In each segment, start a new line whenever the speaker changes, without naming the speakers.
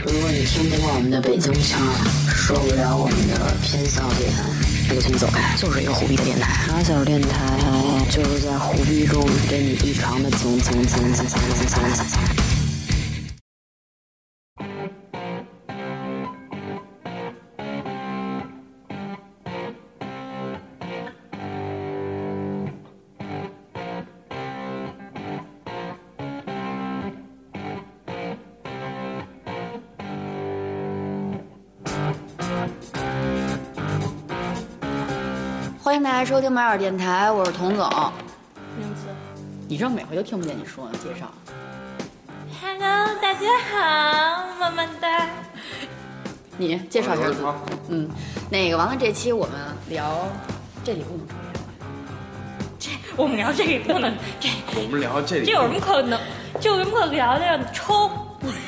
听不惯我们的北京腔，
啊
受不了我们的偏骚点，那就请你走开。就是一个虎逼的电台，傻小电台就是在虎逼中给你异常的蹭蹭蹭蹭蹭蹭蹭蹭蹭。
欢迎大家收听马尔电台，我是童总。
你这每回都听不见你说介绍，
Hello，大家好，么么哒。
你介绍一下自己
啊好。
嗯，那个完了，这期我们聊这里不能重
这我们聊这个不能，这
我们聊这里，
这有什么 可能？这有什么可聊的？抽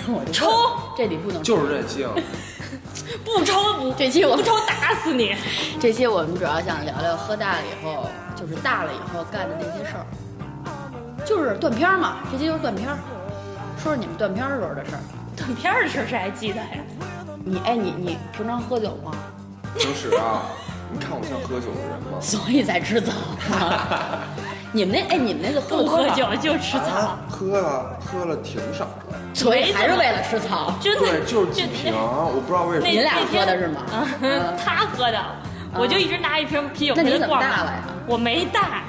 要，我就
抽
这里不能
就是任性，
不抽不
这期我
不抽打死你！
这期我们主要想聊聊喝大了以后，就是大了以后干的那些事儿，就是断片儿嘛。这期就是断片儿，说说你们断片儿时候的事儿。
断片儿的事儿谁还记得呀？
你哎，你你平常喝酒吗？
平时啊，你看我像喝酒的人吗？
所以才吃枣。你们那哎，你们那个喝
不喝
多少，
酒就吃草，
啊，喝了喝了挺少的，
所以还是为了吃草。
真的
对，就是几瓶，我不知道为什
那
么。
你俩喝的是吗？
啊
嗯，
他喝的，我就一直拿一瓶啤酒
那
陪
你
他
怎么
逛
大了
嘛
呀。
我没大，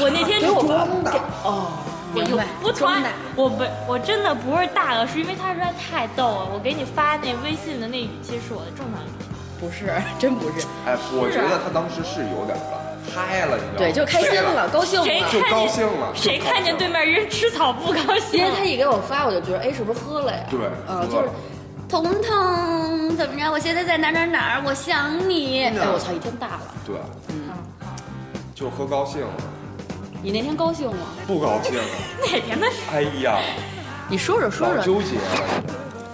我那天
给我装的，
哦，
我
明
就
白，
不
装
穿
的。，
我不，我真的不是大了，是因为他实在太逗了。我给你发那微信的那语气是我的正常语气。
不是，真不是。
哎，我觉
啊
得他当时是有点了，嗨了，你知道吗？
对，就开心
嗨
了，。高兴
谁
了
看。
就
见
高兴 了
谁
就高兴
看见对面人吃草不高兴？
因为他一给我发，我就觉得，哎，是不是喝了呀？
对
嗯，
喝
就是
了
彤彤怎么着？我现在在哪儿哪儿哪儿？我想你。哎，我操，一天大了。
对，嗯，就喝高兴了，
你那天高兴吗？
不高兴了，
哪天的事？
哎呀，
你说着说
老
着，
纠结了，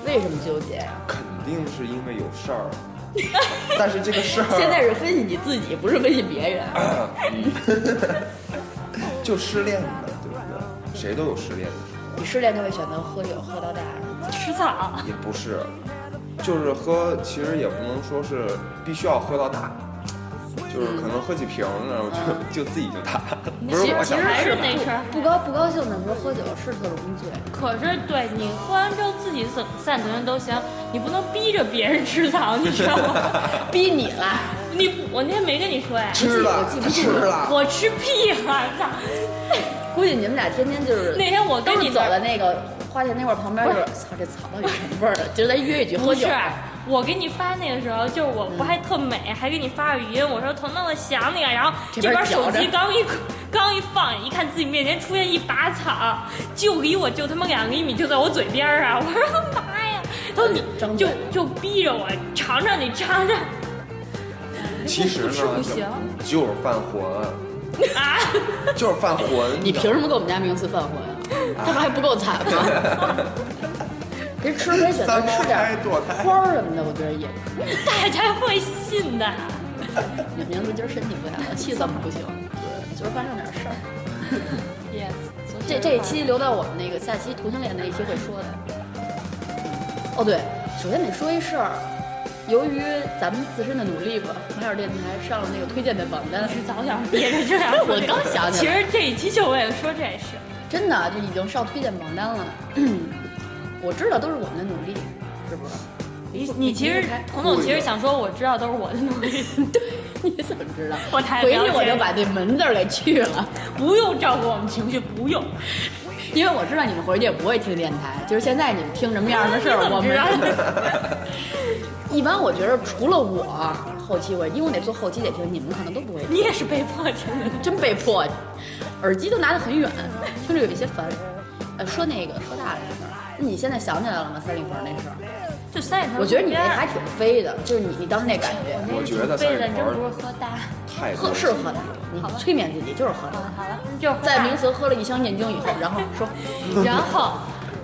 为什么纠结呀？
肯定是因为有 事儿，但是这个事儿
现在是分析你自己，不是分析别人。
就失恋了，对不对？谁都有失恋的时候。
你失恋就会选择喝酒，喝到大了。
吃草，
也不是，就是喝，其实也不能说是必须要喝到大，就是可能喝几瓶，然后就就自己 就大，不是
其实
我
其
想
实
还
大
是那事儿。
不高不高兴的时候喝酒是特容易醉。
可是对你喝完之后自己散散腾腾都行，你不能逼着别人吃草，你知道 吗？
逼你了，
你我那天没跟你说呀，
吃了，他吃了，
我吃屁了，操！
估计你们俩天天就是
那天我跟
都
你
是走的那个花田那块儿旁边，就是操这草到底什么味儿了？就是咱约一局喝
不
酒
是。，我给你发那个时候，就是我不还
嗯
特美，还给你发语音，我说彤彤，我想你了。啊然后
这
这
边
边手
嚼
机
着
刚一刚一放，一看自己面前出现一把草，就离我就他妈两厘米，就在我嘴边儿 啊！我说妈呀！他说
张
你
嘴
就就逼着我尝尝，你尝尝
其实呢，
不吃不行
就就是犯浑，
啊！
就是犯浑。
你凭什么给我们家名次犯浑 啊？这不还不够惨吗？ 人吃可以选择
三
吃
胎
点
堕胎，
花儿什么的，我觉得也。
大家会信的。
你名字今儿身体不太好，气色不行，今儿发生点事儿。
Yes，
这这一期留到我们那个下期同性恋那一期会说的。
嗯
哦，对，首先得说一事儿，由于咱们自身的努力吧，马小电台上了那个推荐的榜单，
是早想憋着这样 说
我
这个，
刚想起
其
来
实这一期就为了说这事。
真的啊就已经上推荐榜单了。 我知道都是我们的努力，是不是？
你你其实
离开
彤彤其实想说，我知道都是我的努力。
对， 你怎么知道？
我太
回去
了解
我就
你
把那门字儿给去了，
不用照顾我们情绪，不用。
因为我知道你们回去也不会听电台，就是现在你们听什么样的事儿，我们
你怎么知 道
一般我觉得除了我后期我，因为我得做后期得听，你们可能都不会听，
你也是被迫听的。
真被迫，耳机都拿得很远，听着有一些烦。呃，说那个说大了的事儿，你现在想起来了吗？三里屯那事
嗯
儿，
就三里屯，
我觉得你那还挺飞的，就是你你当时那感觉，
我觉得三
背
里
的真不是
屯
喝大。
太多
喝是喝大，你催眠自己就是喝大。
好了，就喝大
在明。泽喝了一箱燕京以后，然后 说，
然后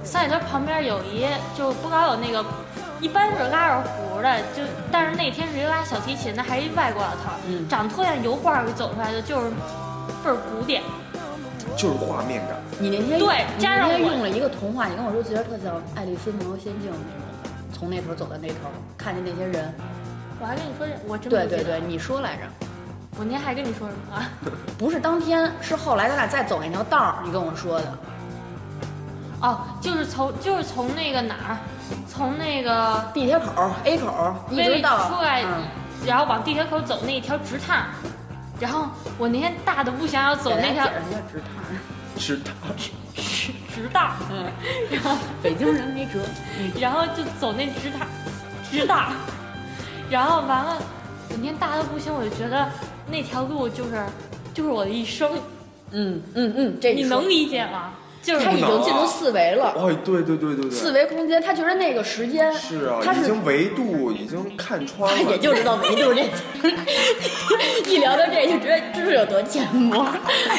三里屯旁边有一，就是不光有那个，一般是拉二胡的，就但是那天是一拉小提琴的，还是一外国老头儿，
嗯
长得特像油画儿走出来的，就是倍儿古典。
就是画面感，
你那天
对
你
加上
那天
我
用了一个童话，你跟我说觉得特像《爱丽丝梦游仙境》那种。从那头走到那头，看见那些人。
我还跟你说，我真
对
没
对
记得
对，，你说来着，
我那天还跟你说什么啊？
不是当天，是后来咱俩再走那条道儿，你跟我说的。
哦，就是从就是从那个哪儿，从那个
地铁口儿 A 口儿一
那
直
里
到
出来，
嗯
然后往地铁口走那一条直趟，然后我那天大的不想要走那
嗯给
条
大家解释一下直趟，
是他
直直道，嗯 然后
北京人没辙。
然后就走那直塔，直塔， 然后完了，我念大的不行，我就觉得那条路就是就是我的一生，
嗯嗯嗯，这
你
说
能理解吗？就是
他已
不能
经进入四维了，
哎，对对对对
四
对，
维空间，他觉得那个时间
是啊，
他
已
是
经维度已经看穿
他
了，
也就知道维度这， 一聊到这就知道知识有多浅薄，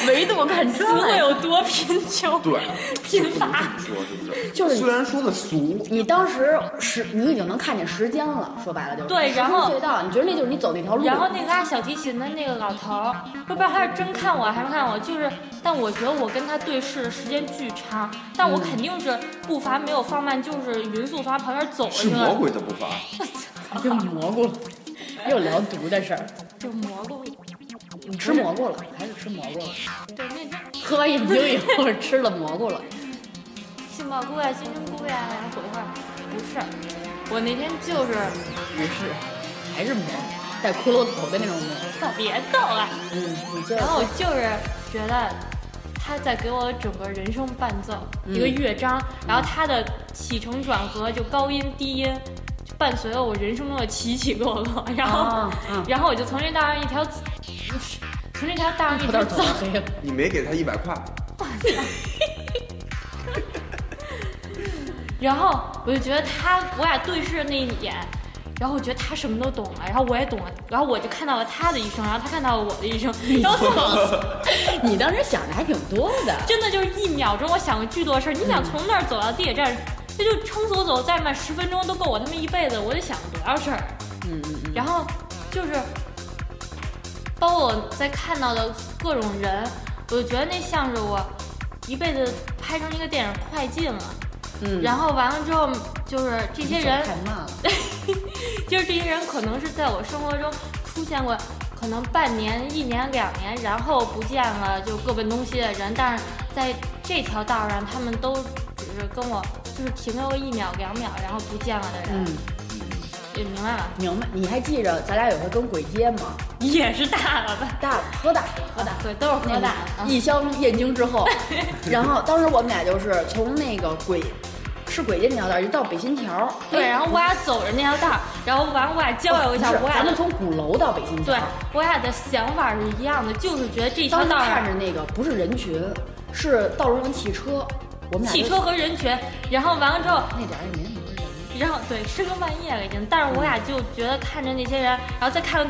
维度看
词
穿
汇
了。
有多贫穷，
对，
贫
不能
乏
这。么说是不是？
就是
虽然说的俗，
你当时时你已经能看见时间了，说白了就是
对
时
然
间
后
隧道，你觉得那就是你走那条路，
然后那个拉小提琴的那个老头儿，我不知道他是真看我还是不看我，就是，但我觉得我跟他对视的时间巨长，但我肯定是步伐没有放慢，就是匀速从他旁边走过
是
去
魔
了，
鬼的步伐，
又蘑菇了，又聊毒的事儿，
就蘑菇。
你吃蘑菇了还是吃蘑菇了？
对，那天
喝完眼睛以后吃了蘑 菇了，
杏鲍菇呀、金针菇呀，然后葵花，不是，我那天就是
不是，还是蘑菇，带骷髅头的那种蘑菇。
特别逗啊，
嗯，你这
然后我就是觉得他在给我整个人生伴奏、一个乐章，
嗯
然后他的起承转合就高音低音，就伴随了我人生中的起起落落， 然后、
啊嗯
然后我就从这道上一条，从这条道上一
裤
条
兜走
走
到黑了。
你没给他一百块，
然后我就觉得他，我俩对视的那一眼，然后我觉得他什么都懂了，然后我也懂了，然后我就看到了他的一生，然后他看到了我 的一生，然后从
你当时想的还挺多的，
真的就是一秒钟，我想了巨多事儿。你想从那儿走到地铁站，这就撑死我走再慢十分钟都够我他妈一辈子，我得想多少事儿。
嗯嗯嗯，
然后就是，包括我在看到的各种人，我就觉得那像是我一辈子拍成一个电影快进了。
嗯
然后完了之后，就是这些人
太慢了，
就是这些人可能是在我生活中出现过，可能半年、一年、两年，然后不见了，就各奔东西的人，但是在这条道上，他们都只是跟我就是停留个一秒、两秒，然后不见了的人，
嗯，
你明白 吧？
明白。你还记着咱俩有回跟鬼街吗？
也是大了吧？
大喝大
喝大，对，都是喝大的。啊
一箱燕京之 后，然后当时我们俩就是从那个鬼，是鬼街那条道儿就到北新桥，
对，
哎
然后我俩走着那条道，然后完了我俩交流一下，
哦不是啊
我俩
咱们
的
从鼓楼到北新桥
对，我俩的想法是一样的，就是觉得这条
当时
道
看
上
着那个不是人群，是道路上的汽车，我们俩就
汽车和人群，然后完了之后
那点儿也没什么人。
然后对，深更半夜了已经，但是我俩就觉得看着那些人，然后再看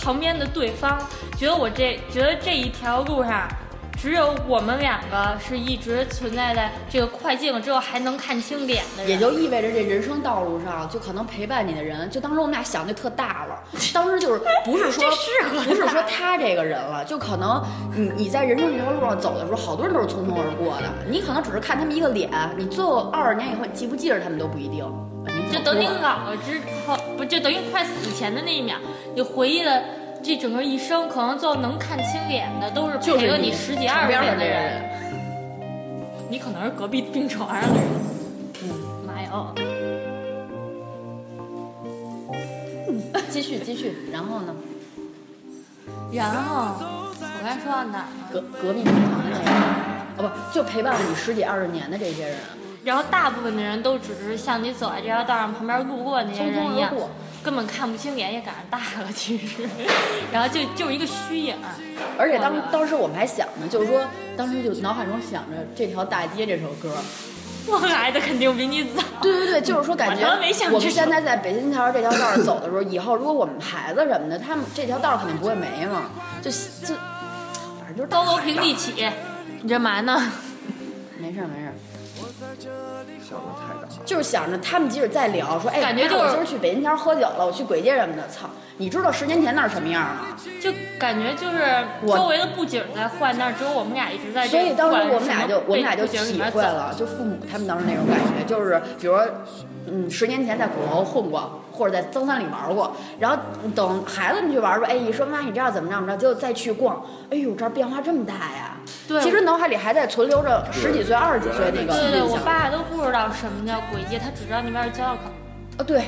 旁边的对方，觉得我这觉得这一条路上。只有我们两个是一直存在在这个快进了之后还能看清脸的人，
也就意味着这人生道路上，就可能陪伴你的人，就当时我们俩想的特大了，当时就是不是说
这适合
不是说他这个人了，就可能你你在人生这条路上走的时候，好多人都是匆匆而过的，你可能只是看他们一个脸，你最后二十年以后，你记不记着他们都不一定。
就等你老了之后，不就等于快死前的那一秒，你回忆了这整个一生，可能最后能看清脸的都是
就是
陪了你十几二
旁
十
边
年
的
的人，
人，
你可能是隔壁病床上的人。嗯，妈呀！哦
继续继续，然后呢，
然后我刚才说到哪儿了？
隔隔壁同床的那个，哦不，就陪伴了你十几二十年的这些人，
然后大部分的人都只是像你走在这条道上旁边路过那些人一样
匆匆而过，
根本看不清脸，也赶上大了其实， 然后就就是一个虚影。
而且当当时我们还想呢，就是说当时就脑海中想着这条大街这首歌。
我来的肯定比你早。
对对对，就是说感觉
我都没想
我
这
们
事
现在在北新桥这条道上走的时候，以后如果我们孩子什么的，他们这条道儿肯定不会没嘛，就就反正就是
高楼平地起，你这嘛呢？
没事儿没事儿。
想的太大。
就是想着他们即使再聊，说哎，
感觉
妈
就是
我今儿去北京桥喝酒了，我去鬼街什么的，操！你知道十年前那是什么样吗？
就感觉就是
我
周围的布景在换，但是只有我们俩一直在这
所
个
以当时我们俩
换
就
什么
我们俩就
背景里
体
面
会
走
了，就父母他们当时那种感觉，就是比如说，嗯，十年前在鼓楼混过，或者在曾三里玩过，然后等孩子们去玩说，哎，一说妈你这样怎么着怎么着，结果再去逛，哎呦这儿变化这么大呀！
对
其实脑海里还在存留着十几岁、二十几岁那个
对对，
印
我
象。
爸都不知道什么叫鬼街，他只知道那边是交道口，
啊，对，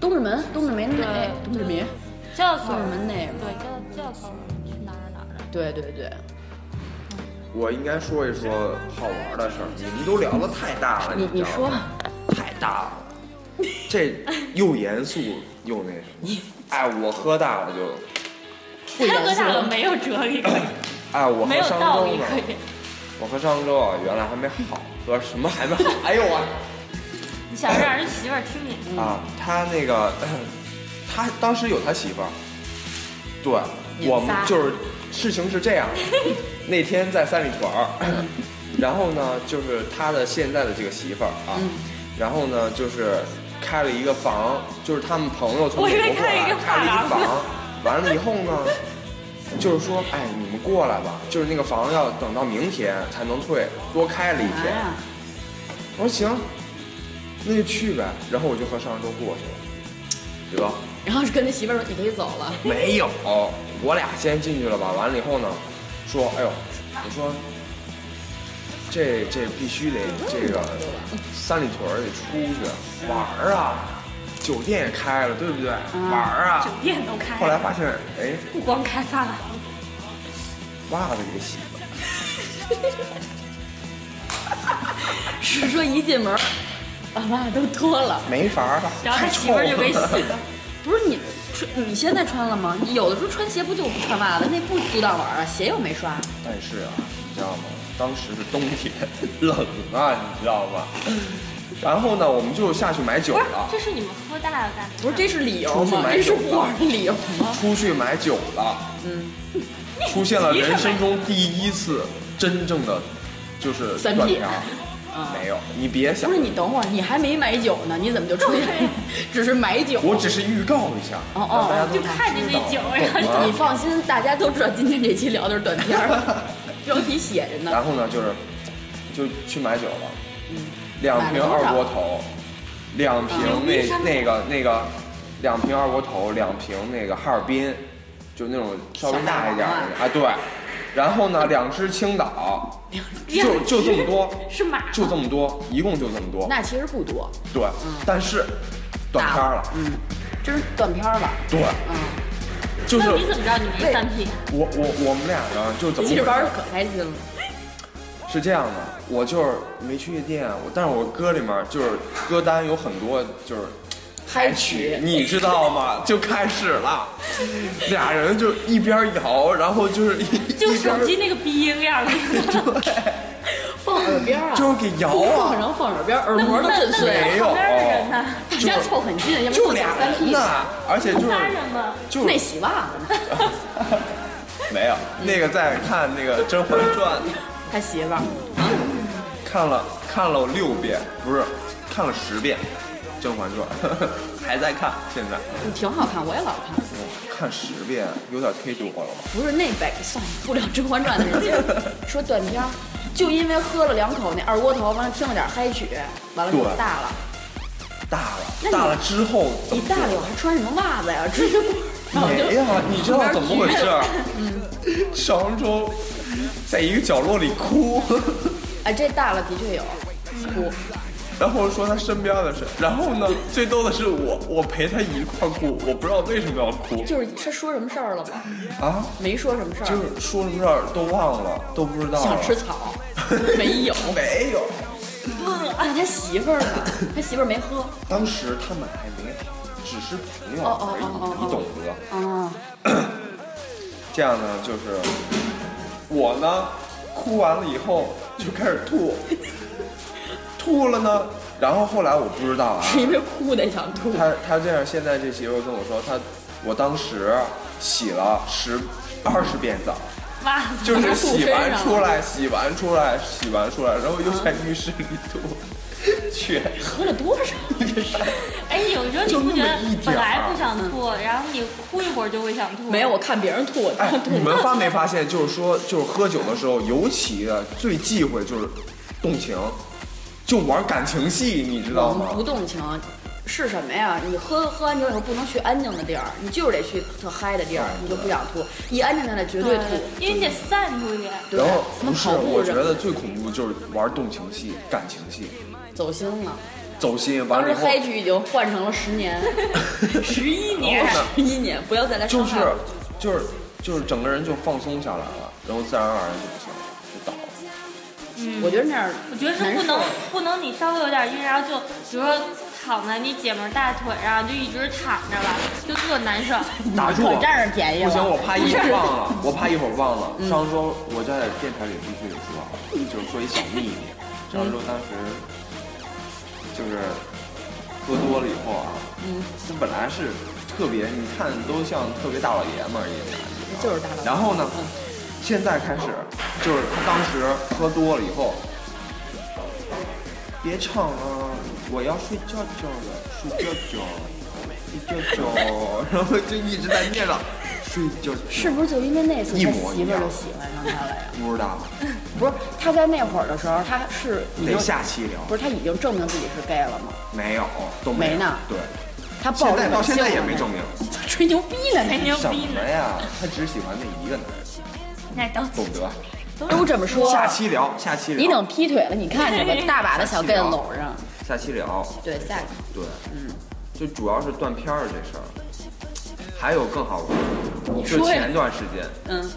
东直门，东直门那，
对
哎东直门，
交道口
东直门那边
对，交道交道口是哪儿哪儿的？
对对对，
我应该说一说好玩的事儿，你们都聊的太大了，
你
你
你
知道
说
吗，太大了，这又严肃又那什么，哎，我喝大了就，
不
他
严
哥
肃
大了没有哲理可言，
哎，我
没有
喝商
道
周
理
呢
可，言。
我喝商周啊，原来还没好，喝什么还没好，哎呦我。
你想让人媳妇儿听你，
啊，他那个， 他当时有他媳妇儿，
你
对，
们
我们
仨
就是事情是这样， 那天在三里屯儿，然后呢，就是他的现在的这个媳妇儿啊，
嗯
然后呢，就是开了一个房，就是他们朋友从
我以
美
为
国过
开了一
来
个
开了一个
房
房，完了以后呢。 就是说，哎，你们过来吧，就是那个房要等到明天才能退，多开了一
嘛
天。
啊
呀？
我说行，那就去呗。然后我就和上周过去了，得
然后跟他媳妇儿说你可以走了，
没有，我俩先进去了吧。完了以后呢，说哎呦，我说这这必须得这个三里屯儿得出去玩儿啊，酒店也开了，对不对？玩儿啊
酒。店都开
后来
了，
发现，哎，
不光开发廊，
袜子给洗了，
是说一进门儿，把袜子都脱了。
没法儿了，
然后他
太
媳妇儿
臭
就给洗
了
了。
不是你穿，你现在穿了吗？你有的时候穿鞋不就不穿袜子，那不阻挡玩儿啊，鞋又没刷。
但是啊，你知道吗？当时是冬天，冷啊，你知道吗？ 然后呢，我们就下去买酒
不是，
了，
这是你们喝大了干的。
不是，这是理由
出去
吗？
买
这是
酒
不玩儿的理由吗？
出去买酒了。嗯，出现了人生中第一次真正的就是
三
断
P
片儿。没有，你别想
不是，你等会儿，你还没买酒呢，你怎么就出 去？只是买酒。
我只是预告一下，
哦
让大家
哦，
都
就看见那酒，然后
懂了
你放心，大家都知道今天这期聊的是短片 儿，标题写着呢。
然后呢，就是就去买酒了，两
买了
瓶
多
二
少
锅头，两瓶那那个那个，两瓶二锅头，两瓶那个哈尔滨，就那种稍微大一点儿的啊，对。然后呢，两只青岛，就就这么多，
是马，
就这么多，一共就这么多，
那其实不多，
对。但是短片儿了，
嗯，这是短片儿了，
对，
嗯，
就
那
是
你怎么知道你没三 P？
我我我们俩呢，就怎么
其实
回事
玩的可开心了。
是这样的，我就是没去夜店，我但是我歌里面就是歌单有很多就是
嗨曲
你知道吗？就开始了，俩人就一边摇，然后就是一
就
一边
手机那个鼻 音量，
放耳边儿啊，
就是给摇
放
啊，
上放耳边儿，耳膜都震碎了。
没有
旁边的人呢？
大家凑很近，要不
就
凑
俩
三
人
P
呢。，而且就是
仨人吗？
就
那
是
洗袜子呢，
没有那个在看那个《甄嬛传》，
他媳妇儿
看了看了六遍，不是看了十遍《甄嬛传》 还在看，现在
嗯挺好看，我也老看。
我看十遍有点忒多了。
不是那北算了，不聊《甄嬛传》的人家说断片儿，就因为喝了两口那二锅头，完了听了点嗨曲，完了就
对
大了。
大了，
那你
大了之后怎
你
么
大了以后还穿什么袜子呀？这是
没哎呀？你知道怎么回事儿？上周在一个角落里哭，
哎，这大了的确有哭，
然后说他身边的事，然后呢，最逗的是我，我陪他一块儿哭，我不知道为什么要哭
就是他说什么事儿了吗？
啊，
没说什么事
就
儿，
是说什么事儿都忘了，都不知道了。
想吃草，没有。
没有，嗯
那啊他媳妇儿呢？他媳妇儿没 喝。
当时他们还没好，只是朋友
哦哦
而已，
哦哦哦
你懂得。
啊，
这样呢，就是我呢，哭完了以后就开始 吐，吐了呢，然后后来我不知道啊，
是因为哭的想吐。
他他这样，现在这媳妇跟我说，他我当时洗了十二十遍澡，
袜子
就是洗完 出来，洗完出来，洗完出来，然后又在浴室里吐， 去，
喝了多少？
哎，有时候你
就
不觉
那么
得
一点
本来
儿嗯
不想吐，然后你哭一会儿就会想吐。
没有，我看别人吐，我
哎，
吐。
你们发没发现，就是说，就是喝酒的时候，尤其的最忌讳就是动情，就玩感情戏，你知道
我们不
吗？
动情是什么呀？你喝喝完酒以后不能去安静的地儿，你就是得去特嗨的地儿，你就不想吐。一安静下来绝对吐。，
对因为你得散出去。
对
然后
什么
不是，
跑步
我觉
什么
得最恐怖就是玩动情戏、感情戏，
走心了。
走心完
当
了
时
以后
嗨，剧已经换成了十 年、
十一年
然后呢
十一年，不要再来
就
伤
是
害我。
就是就是整个人就放松下来了，然后自然而然就不行了，就倒了。嗯
我觉得那样，
我觉得是不能不能你稍微有点晕，然后就比如说躺在你姐们儿大腿上，就一直躺着了，就特难 受。
打住！
嗯可占着便宜了。
不行，我怕一会儿忘了，我怕一会儿忘了。上周我在电台里必须得说，就是说一小秘密。上周当时就是喝多了以后啊，嗯，本来是特别，你看都像特别大老爷们儿一样，
就是大老爷们儿
然后呢，现在开始就是他当时喝多了以后，别唱了，啊我要睡觉觉了，睡觉觉，睡觉觉，然后就一直在念叨，睡觉觉，
是不是就因为那次
一
他
模一
媳妇儿
样
就喜欢上他了呀？
不知道，
不是，他在那会儿的时候，他是已经
得下期聊，
不是他已经证明自己是 gay 了吗？
没有，都没有
没呢
对，
他抱
现
着
在到
本性
现在也
了
没
呢
证明，
吹牛逼呢，
吹
你
牛
什
逼
么
呢？
呀？他只喜欢那一个男人，
那都
懂得。
都这么说。
下期聊，下期聊，
你等劈腿了，你看去吧， 大把的小 gay 搂上。
下期聊。
啊对，下个
对，嗯，就主要是断片儿这事儿，还有更好玩儿，你就
说呀
前段时间
嗯，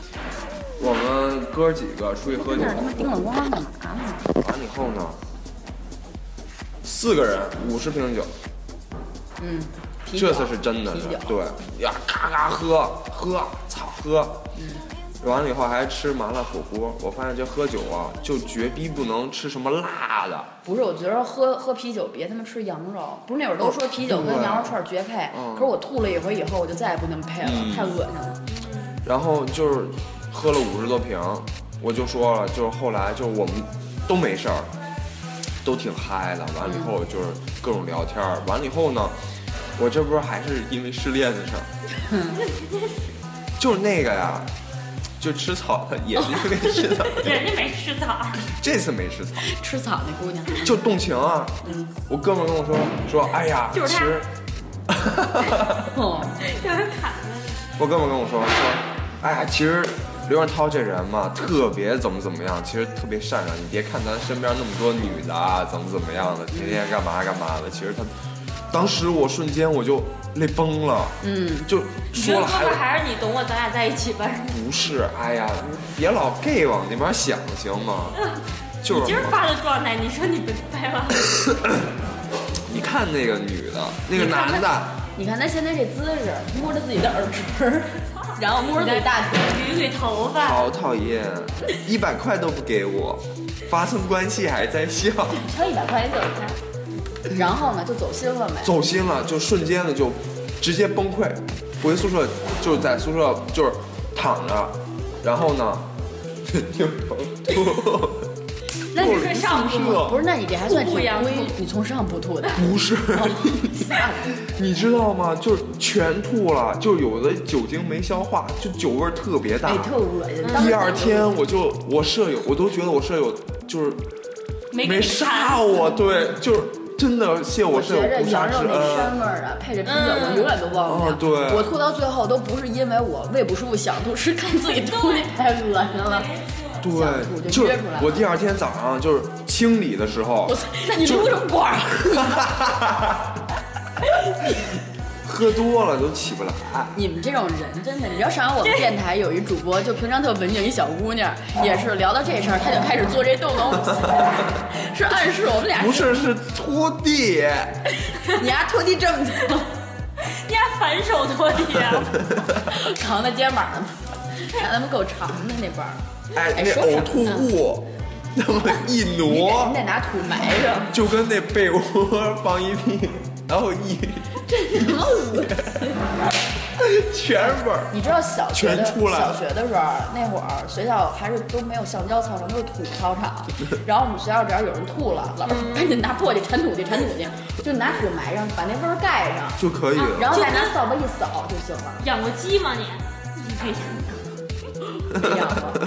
我们哥几个出去喝酒，
那儿他妈叮了咣啷干嘛呢？
完了以后呢，四个人五十瓶酒，
嗯，啤酒
这次是真的
啤
是
酒，
对呀，咔咔喝喝，操喝，
嗯
完了以后还吃麻辣火锅，我发现这喝酒啊，就绝逼不能吃什么辣的，
不是，我觉得喝喝啤酒别他妈吃羊肉，不是那会儿都说啤酒跟羊肉串绝配，
嗯
可是我吐了一回以后，我就再也不那么配了，太恶心了。
然后就是喝了五十多瓶，我就说了，就是后来就是我们都没事儿，都挺嗨的。完了以后就是各种聊天儿，完了以后呢，我这不是还是因为失恋的事儿，就是那个呀，就吃草的也是因为吃草，
人家没吃草，
这次没吃草，
吃草那姑娘，
就动情啊。我哥们儿跟我说说，哎呀，其
就是他
实。
哦，
就是躺着。
我哥们跟我说说，哎，其实刘润涛这人嘛，特别怎么怎么样，其实特别善良。你别看咱身边那么多女的啊，怎么怎么样的，天天干嘛干嘛的，其实他，当时我瞬间我就泪崩了，嗯，就
你觉得
说了还
哥
有
们儿还是你懂我，咱俩在一起吧。
不是，哎呀，别老 gay 往那边想行吗？ 就是
你今儿发的状态，你说你不掰 了，
你看那个女的，那个男的，
你看她现在这姿势，摸着自己的耳垂，然后摸着自己大腿，
捋捋头发，
好讨厌，一百块都不给我，发生关系还在笑。
挑一百块钱走一下，然后呢就走心了没？
走心了，就瞬间的就直接崩溃。回宿舍就是在宿舍就是躺着，然后呢， 就吐。
那你睡上铺吗？
不是，那你这还算挺
不一样
规，你从上不吐的。
不是，你知道吗？就是全吐了，就有的酒精没消化，就酒味儿特别大。
哎，特恶心。
嗯第二天我就我舍友，我都觉得我舍友就是
没给
没哦
你
杀
看
我，对，就是真的谢我
我
舍
觉着
友不
羊
杀
肉
之
那
恩。
膻味儿啊，配着啤酒，
嗯
我永远都忘不了。
哦对
我吐到最后都不是因为我胃不舒服想吐，是看自己吐的太恶心了。
对，
吐就
就
约
是
出来了
我第二天早上就是清理的时候
我，操，那你撸什么管儿？啊
喝多了都起不来。
你们这种人真的，你知道上回我们电台有一主播，就平常特文静一小姑娘，也是聊到这事儿，她就开始做这动作，是暗示我们俩
不是，是拖地。
哎
你丫拖地这么多，
你还反手拖地啊？
扛在肩膀上，让他们够长的那边儿。
哎，
哎
那
说什么
呕吐物，那么一
你得
挪
你，得拿土埋上，
就跟那被窝放一屁，然后一
这他妈恶心！
全味儿。
你知道小学的
全出来了
小学的时候，那会儿学校还是都没有橡胶操场，都是土 操场。然后我们学校只要有人吐了，老师赶紧拿簸箕铲土去，铲土去，就拿纸埋上，把那味儿盖上，
就可以了。
然后再拿扫把一扫就行了。
养过鸡吗你？你没养
没养过，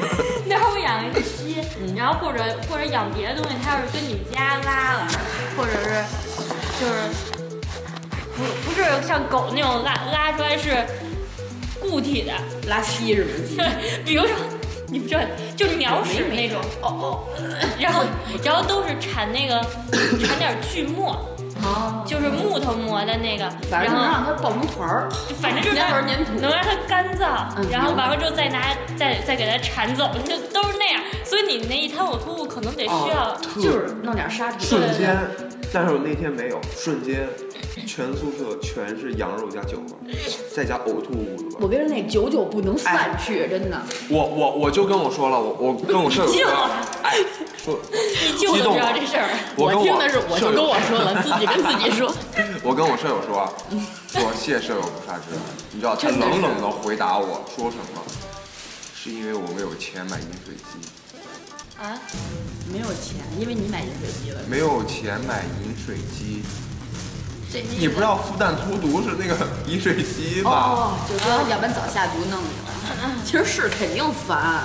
那会儿我养了一只鸡，然后或者或者养别的东西，它要是跟你们家拉了，或者是就是不不是像狗那种拉拉出来是固体的，
拉稀是吗？
比如说你不知道，就鸟屎那种，
哦哦，
然后然后都是缠那个缠点锯末，
哦，
就是木头磨的那个，
反正
然
能
后
让它爆成团儿。
反正就是
粘
它
粉粘土
能让它干燥，
嗯
然后完了之后再拿再再给它缠走，就都是那样。所以你那一摊呕吐物可能得需要
哦，就是弄点沙土。
瞬间，但是我那天没有，瞬间全宿舍全是羊肉加酒吧，再加呕吐物了吧
我。跟你说，那久久不能散去，真的。
我我我就跟我说了，我我跟我舍友
你
说
就，
哎，说
你
激
舅都
动
知道
了
这事儿。
我跟我
听的是，我
舍
就
友
跟我说 了，自己跟自己说。
我跟我舍友说啊，说谢谢舍友不杀之恩，你知道他冷冷的回答我说什么？是因为我没有钱买饮水机，
啊，
没有钱，因为你买饮水机了。
没有钱买饮水机。
这
你不知道复旦投毒是那个饮水机吗？
哦，就说要不然早下毒弄你了。其实是肯定烦，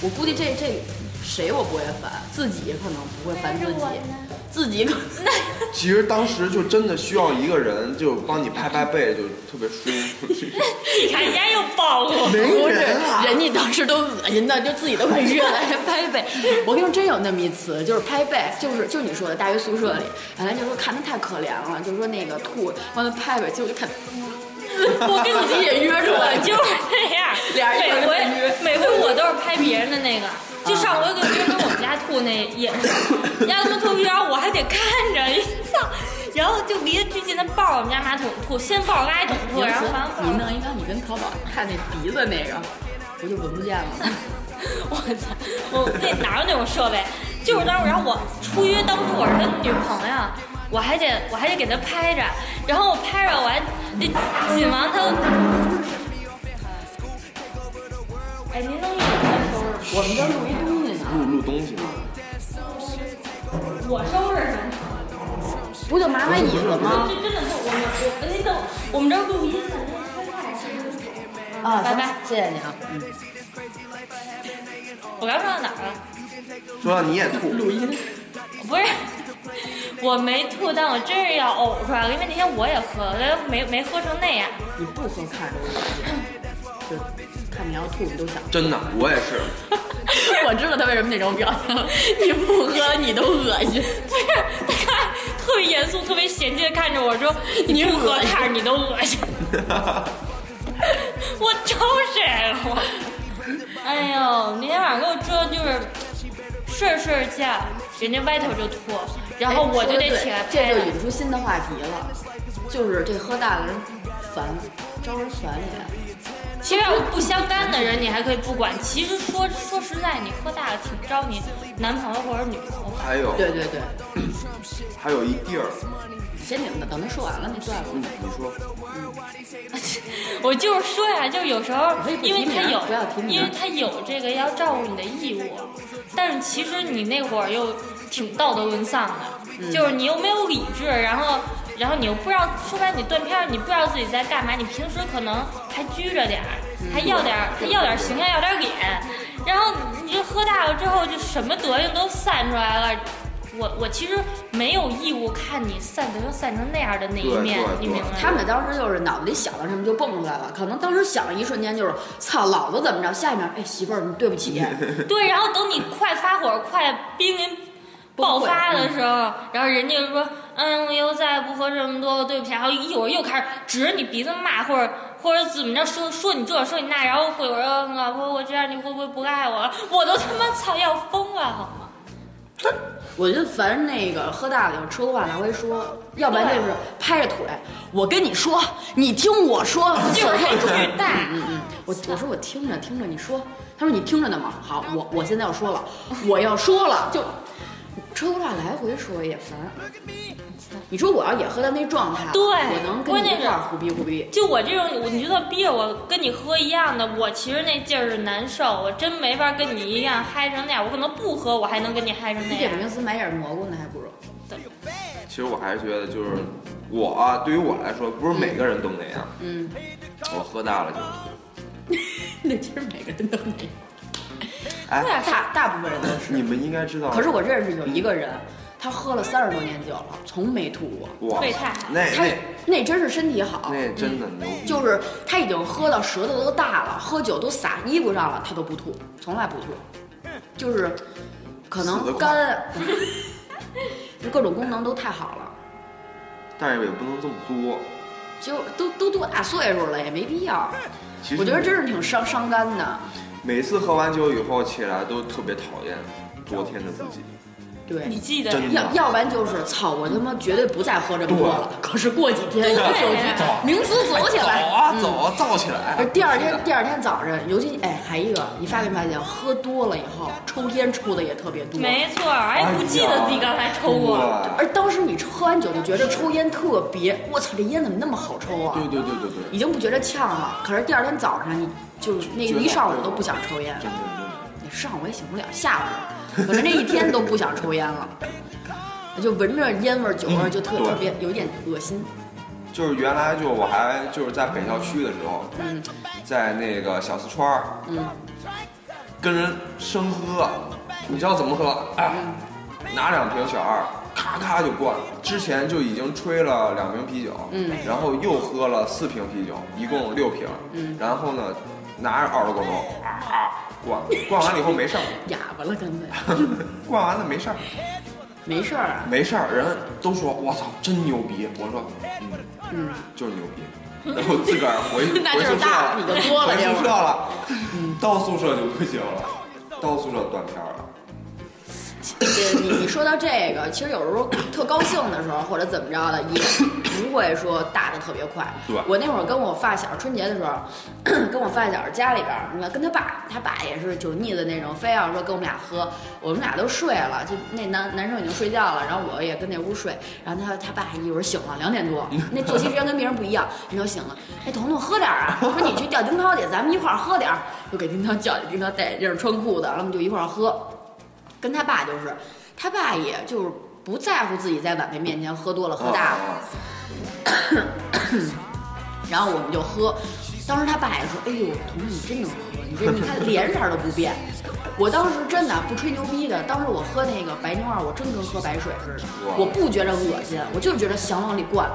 我估计这这谁我不会烦，自己可能不会烦自己，自己可能
其实当时就真的需要一个人就帮你拍拍背，就特别舒服。
你看人家又暴 露，
没
不是
人啊，，
人家当时都恶心的，就自己都快晕了，还拍背。我跟你说，真有那么一次，就是拍背，就是就你说的大学宿舍里，然后就说看他太可怜了，就说那个吐，完了拍背，结果就看， 我跟自己也约出来，
我
就
就是这样。
俩人一
每
块儿约
回每回我都是拍别人的那个，就上回跟别人跟我们家吐那也是，人家他妈脱皮袄我还得看着， 操！然后就离得巨近的抱我们家马桶吐，先抱我垃圾桶吐，然后完了
你弄一个，你跟淘宝看那鼻子那个，不就闻不见了吗？
我操！我那哪有那种设备？就是当时，然后我出约，当时我是他女朋友，我还得我还得给他拍着，然后我拍着我还得紧忙他。哎，您能给我收拾
我们这儿录一东西呢，
录录东西吗？
吗？我收拾什么？
不就麻烦椅子吗？
这真的是我们我那等我们这儿录音呢。您看看
啊，
拜
行
拜，
谢谢你啊。嗯
我刚说到哪儿了？
说到你也吐，录音
不是，我没吐，但我真是要呕出来了，因为那天我也喝了，没没喝成那样。
你不喝看着我，就看你要吐，你都想。
真的，我也是。
我知道他为什么那种表情，你不喝你都恶 心。
不是， 他看特别严肃、特别嫌弃的看着 我说：“你不喝看着你都恶心。” 我招谁了？我， 哎呦，那天晚上给我折腾就是睡着睡着觉，人家歪头就吐，然后我就得起来
哎
拍
这
他
就引出新的话题了，就是这喝大的人烦，招人烦也。
其实要是不相干的人，你还可以不管。其实说说实在，你喝大了挺招你男朋友或者女朋友烦。
还有
对对对，
还有一地儿，
先你们的，等他说完了那段吧。
嗯，你说
我就是说呀，就是有时候
可哎以，不提
因为他
名
有
不要提，名啊
因为他有这个要照顾你的义务，但是其实你那会儿又挺道德沦丧
嗯
的，就是你又没有理智，然后，然后你又不知道，说白了你断片儿，你不知道自己在干嘛，你平时可能还拘着点儿，还要点儿，还要点儿形象，要点儿脸，然后你这喝大了之后，就什么德行都散出来了。我我其实没有义务看你散德行散成那样的那一
对
面
对，
你
对
明白吗？
他们当时就是脑子里想到什么就蹦出来了，可能当时想的一瞬间就是操老子怎么着，下一秒哎媳妇儿你对不起，
对，然后等你快发火、快濒临爆
嗯
发的时候，然后人家就说：“嗯，我又再也不喝这么多了，对不起。”然后一会儿又开始指着你鼻子骂，或者或者怎么着说说你这说你那，然后过一会儿又老婆，我这样你会不会不爱我了？我都他妈操要疯了，好吗？
我觉得凡那个喝大了以后车的话来回说，要不然就是拍着腿，我跟你说，你听我说，
就是
这
很
种。
巨大，
嗯， 我我说我听着嗯听着，你说，他说你听着呢吗？好，我我现在要说了，我要说了就。车轱辘来回说也烦。你说我要也喝到那状态，
对
我能跟你一块
关键
儿
是
胡逼胡逼。
就我这种，我你就算逼着我跟你喝一样的，我其实那劲儿是难受，我真没法跟你一样嗨成那样。我可能不喝，我还能跟你嗨成那
你给
样。
明思买点蘑菇呢，还不如。
其实我还是觉得，就是我啊，对于我来说，不是每个人都那样。
嗯，
我喝大了就，
那其实每个人都那样，
哎，
啊大大部分人都是。
你们应该知道。
可是我认识有一个人，他喝了三十多年酒了，从没吐过。
哇
备菜，
那
他
那
那真是身体好，
那真的牛逼。
就是他已经喝到舌头都大了，喝酒都洒衣服上了，他都不吐，从来不吐，就是可
死得
能
快
肝， 就各种功能都太好了，
但是也不能这么作。
就都都多大岁数了也没必要，
其实
我觉得真是挺伤伤肝的。
每次喝完酒以后起来都特别讨厌昨天的自己，
对，
你记得
真
要
的。
要不然就是操，我他妈绝对不再喝这么多了。可是过几天一手
走
机，明思走起
走
来，
啊
嗯
走啊，燥起来
而
啊。
第二天，第二天早上，尤其哎，还一个，你发没发现，喝多了以后，抽烟抽的也特别多。
没错，哎，不记得自己刚才抽过。
哇
而当时你喝完酒就觉得抽烟特别，我操，这烟怎么那么好抽啊？
对对对对对，
已经不觉得呛了。可是第二天早上，你就是那
觉得
一上午都不想抽烟
真，的真的。
上午也醒不了，下午可能这一天都不想抽烟了， 就闻着烟味儿、酒味儿就特
嗯对
特别有点恶心。
就是原来就我还就是在北校区的时候，
嗯
在那个小四川儿
嗯，
跟人生喝，啊你知道怎么喝？哎，拿两瓶小二，咔咔就灌。之前就已经吹了两瓶啤酒，
嗯
然后又喝了四瓶啤酒，一共六瓶，
嗯
然后呢，拿着二十公头啊啊灌，灌完了以后没事儿，
哑巴了刚才，
灌完了没事儿，
没事儿啊。
没事儿，人都说我操真牛逼，我说嗯
嗯，
就是牛逼。然后自个儿回
那
回
就
宿
是
舍
大了，
了
你，就多了
回
这
宿
会
舍
儿。
了，嗯到宿舍就不行了，到宿舍断片儿了。
对你你说到这个，其实有时候特高兴的时候或者怎么着的，也不会说大的特别快。
对
我那会儿跟我发小春节的时候， 跟我发小家里边儿，你看跟他爸，他爸也是酒腻子那种，非要说跟我们俩喝，我们俩都睡了，就那男男生已经睡觉了，然后我也跟那屋睡，然后他他爸一会儿醒了，两点多，那作息时间跟别人不一样，你说醒了，哎，彤彤喝点儿啊，说你去吊丁涛去，咱们一块儿喝点儿，就给丁涛叫去，丁涛戴眼镜穿裤子，然后我们就一块儿喝。跟他爸就是，他爸也就是不在乎自己在晚辈面前喝多了喝大了，
啊
然后我们就喝。当时他爸也说：“哎呦，彤彤你真能喝，你这你看脸色儿都不变。”我当时真的不吹牛逼的，当时我喝那个白牛二，我真跟喝白水似的
哇，
我不觉着恶心，我就是觉得想往里灌，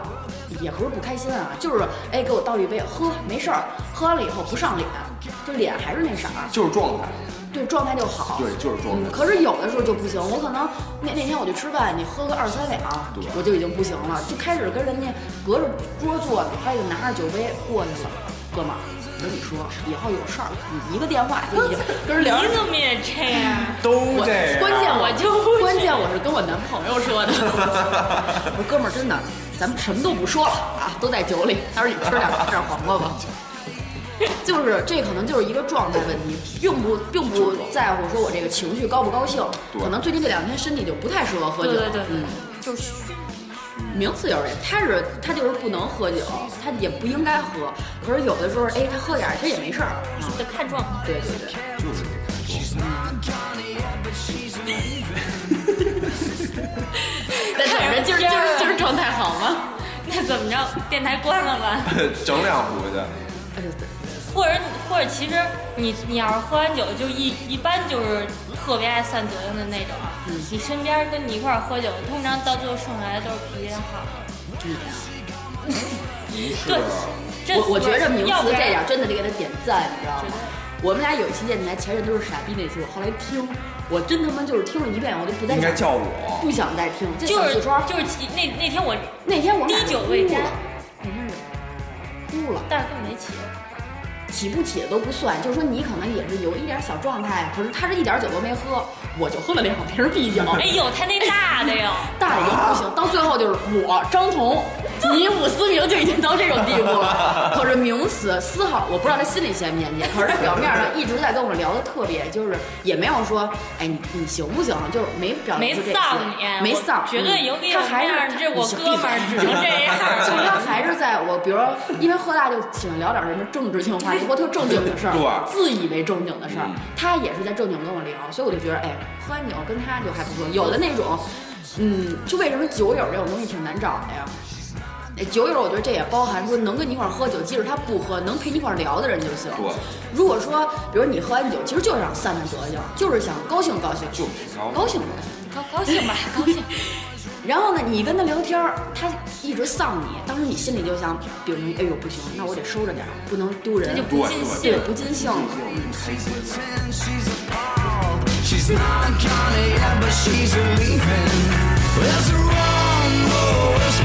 也不是不开心啊，就是哎给我倒一杯喝没事儿，喝完了以后不上脸，就脸还是那色儿，
就是状态，
对状态就好。
对，就是状态
嗯，。可是有的时候就不行，我可能那那天我去吃饭，你喝个二三两
对，
我就已经不行了，就开始跟人家隔着桌坐着，他就拿着酒杯过去了，哥们儿。我跟你说，以后有事儿，你一个电话 就已经跟人聊
你怎么也这样？
都
我
这样。
关键我
就不
关键我是跟我男朋友说的， 我说哥们儿真的，咱们什么都不说了啊，都在酒里。他说你吃点儿吃点儿黄瓜吧。就是这可能就是一个状态问题，并不并不在乎说我这个情绪高不高兴，
对
可能最近这两天身体就不太适合喝酒。
对对对对
嗯，就是名次有人，他是他就是不能喝酒，他也不应该喝。可是有的时候，哎，他喝点儿其实也没事儿。嗯
得看状况。
对对对。
就是这个
但是人今儿今儿今儿状态好吗？
那怎么着？电台关了吧？
整两壶 去，
哎呦，对。
或者或者其实你你要是喝完酒就一一般就是特别爱散德性的那种，啊
嗯
你身边跟你一块儿喝酒，通常到最后剩下来都是脾气好的。
您是
对这
我我觉着名
要不
词
然
这样真的得给他点赞，你知道吗？我们俩有一期电台前任都是傻逼那期，我后来听，我真他妈就是听了一遍，我就不再
应该
想
叫我。
不想再听。这
就
小
是
四川
就是起那那天我，
那天我们俩
滴
就
酒
哭
未沾
了，那天是哭了，
但是根本没起，
起不起的都不算，就是说你可能也是有一点小状态，可是他是一点酒都没喝，我就喝了两瓶啤酒，
哎呦他那大的哟，
大的也不行，到最后就是我张彤，你你五思明就已经到这种地步了。可是名词丝毫我不知道他心里先面去，可是他表面上一直在跟我聊的特别，就是也没有说，哎，你你行不行？就是没表
没
现出这
丧
些
你，
没丧，
绝对有你
嗯他还
有面儿
是
这我
你
哥们儿只能这样儿
就是他还是在我，比如说，因为喝大就喜欢聊点什么政治性话 题或特正经的事儿，
对
自以为正经的事儿，他也是在正经跟我聊，所以我就觉得，哎，喝完酒跟他就还不错。有的那种，嗯，就为什么酒友这种东西挺难找的呀？哎，酒友，我觉得这也包含说能跟你一块儿喝酒，即使他不喝，能陪你一块儿聊的人就行。
对
如果说，比如你喝完酒，其实就是想散散德性，就是想高兴高兴，就高兴高兴。
高高兴吧，高兴。
然后呢，你跟他聊天儿，他一直丧你，当时你心里就想，比如说，哎呦不行，那我得收着点儿，不能丢人，
这就不尽
对
兴
不尽兴了。
She's not Johnny Yet, but she's a leaving. Well, that's a rumble. It's